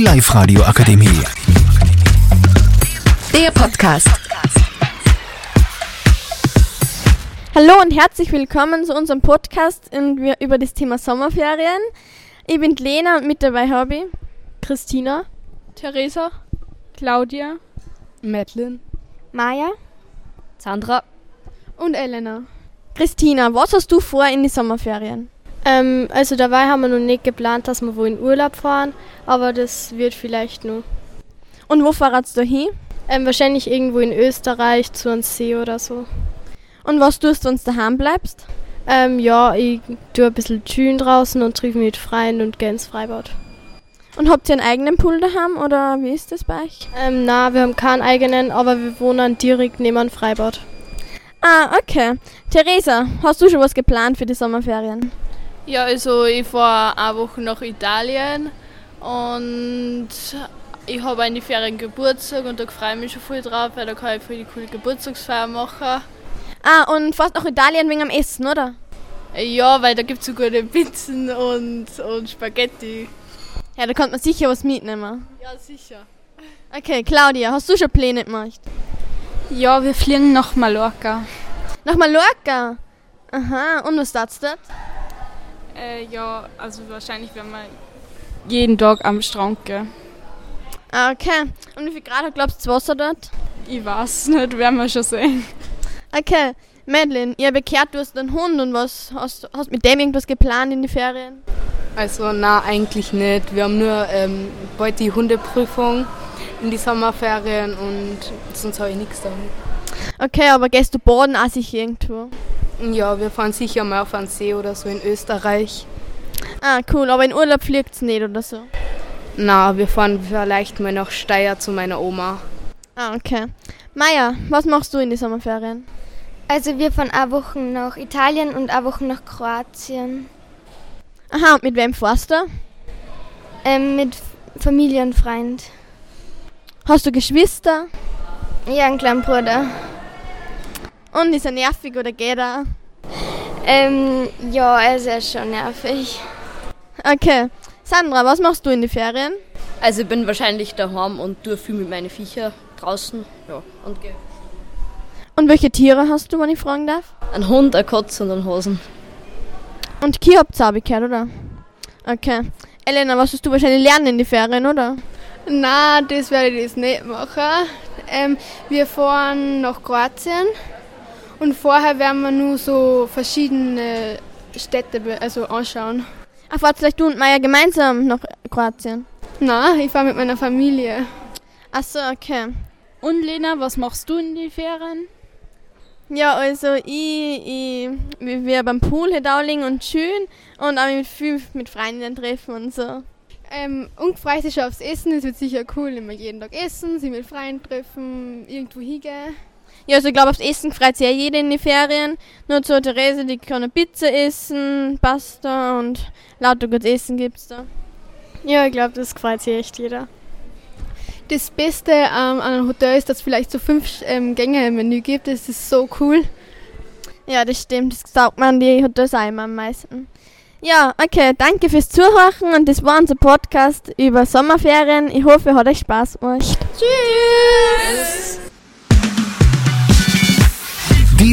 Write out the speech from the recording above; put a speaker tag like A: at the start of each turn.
A: Live Radio Akademie.
B: Der Podcast.
C: Hallo und herzlich willkommen zu unserem Podcast in, wir- über das Thema Sommerferien. Ich bin Lena und mit dabei habe ich Christina, Theresa, Claudia,
D: Madeline.
C: Maya
E: Sandra.
C: und Elena. Christina, was hast du vor in die Sommerferien?
E: Ähm, also dabei haben wir noch nicht geplant, dass wir wo in Urlaub fahren, aber das wird vielleicht nur.
C: Und wo fahrst du hin?
E: Ähm, wahrscheinlich irgendwo in Österreich zu einem See oder so.
C: Und was tust du, wenn du daheim bleibst?
E: Ähm, ja, ich tue ein bisschen chillen draußen und triff mich mit Freunden und gehe ins Freibad.
C: Und habt ihr einen eigenen Pool daheim oder wie ist das bei euch?
E: Ähm, na, wir haben keinen eigenen, aber wir wohnen direkt neben einem Freibad.
C: Ah, okay. Theresa, hast du schon was geplant für die Sommerferien?
F: Ja, also ich fahre eine Woche nach Italien und ich habe eine Ferien Geburtstag und da freue ich mich schon viel drauf, weil da kann ich viel coole Geburtstagsfeier machen.
C: Ah, und fährst nach Italien wegen am Essen, oder?
F: Ja, weil da gibt es so gute Pizzen und, und Spaghetti.
C: Ja, da kommt man sicher was mitnehmen.
F: Ja, sicher.
C: Okay, Claudia, hast du schon Pläne gemacht?
D: Ja, wir fliegen nach Mallorca.
C: Nach Mallorca? Aha, und was tat's dort?
D: ja, also wahrscheinlich werden wir jeden Tag am Strand gehen.
C: Ah, okay. Und wie viel Grad hat, glaubst du, das Wasser dort?
D: Ich weiß nicht, werden wir schon sehen.
C: Okay, Madeline, ich habe gehört, du hast einen Hund und was hast, hast mit dem irgendwas geplant in die Ferien?
G: Also na eigentlich nicht. Wir haben nur ähm, bald die Hundeprüfung in die Sommerferien und sonst habe ich nichts da.
C: Okay, aber gehst du baden auch sich irgendwo?
G: Ja, wir fahren sicher mal auf einen See oder so in Österreich.
C: Ah, cool, aber in Urlaub fliegt's nicht oder so.
G: Na, wir fahren vielleicht mal nach Steyr zu meiner Oma.
C: Ah, okay. Maya, was machst du in die Sommerferien?
H: Also wir fahren eine Woche nach Italien und eine Woche nach Kroatien.
C: Aha, und mit wem fährst du?
H: Ähm, mit F- Familie und Freund.
C: Hast du Geschwister?
H: Ja, einen kleinen Bruder.
C: Und ist er nervig oder geht er?
H: Ähm, ja, er ist ja schon nervig.
C: Okay. Sandra, was machst du in die Ferien?
I: Also ich bin wahrscheinlich daheim und tue viel mit meinen Viecher draußen. Ja. Und geh.
C: Und welche Tiere hast du, wenn ich fragen darf?
I: Ein Hund, ein Katz und ein Hasen.
C: Und Kieh habt ihr auch gehört, oder? Okay. Elena, was wirst du wahrscheinlich lernen in die Ferien, oder?
E: Na, das werde ich jetzt nicht machen. Ähm, wir fahren nach Kroatien und vorher werden wir nur so verschiedene Städte be- also anschauen.
C: Ach, fahrt vielleicht du und Maya gemeinsam nach Kroatien?
E: Na, ich fahre mit meiner Familie.
C: Ach so, okay.
D: Und Lena, was machst du in den Ferien?
C: Ja, also ich, ich wir wir beim Pool hier dauling und schön und auch mit viel mit Freunden treffen und so.
F: Ähm, und freue sich schon aufs Essen, es wird sicher cool, immer jeden Tag essen, sie mit Freunden treffen, irgendwo hingehen.
C: Ja, also ich glaube, aufs Essen freut sich ja jeder in die Ferien. Nur zur Therese, die kann eine Pizza essen, Pasta und lauter gutes Essen gibt's da.
E: Ja, ich glaube, das freut sich echt jeder.
F: Das Beste ähm, an einem Hotel ist, dass es vielleicht so fünf ähm, Gänge im Menü gibt, das ist so cool.
C: Ja, das stimmt. Das sagt man, die hat das auch immer am meisten. Ja, okay. Danke fürs Zuhören und das war unser Podcast über Sommerferien. Ich hoffe, hat euch Spaß gemacht.
A: Die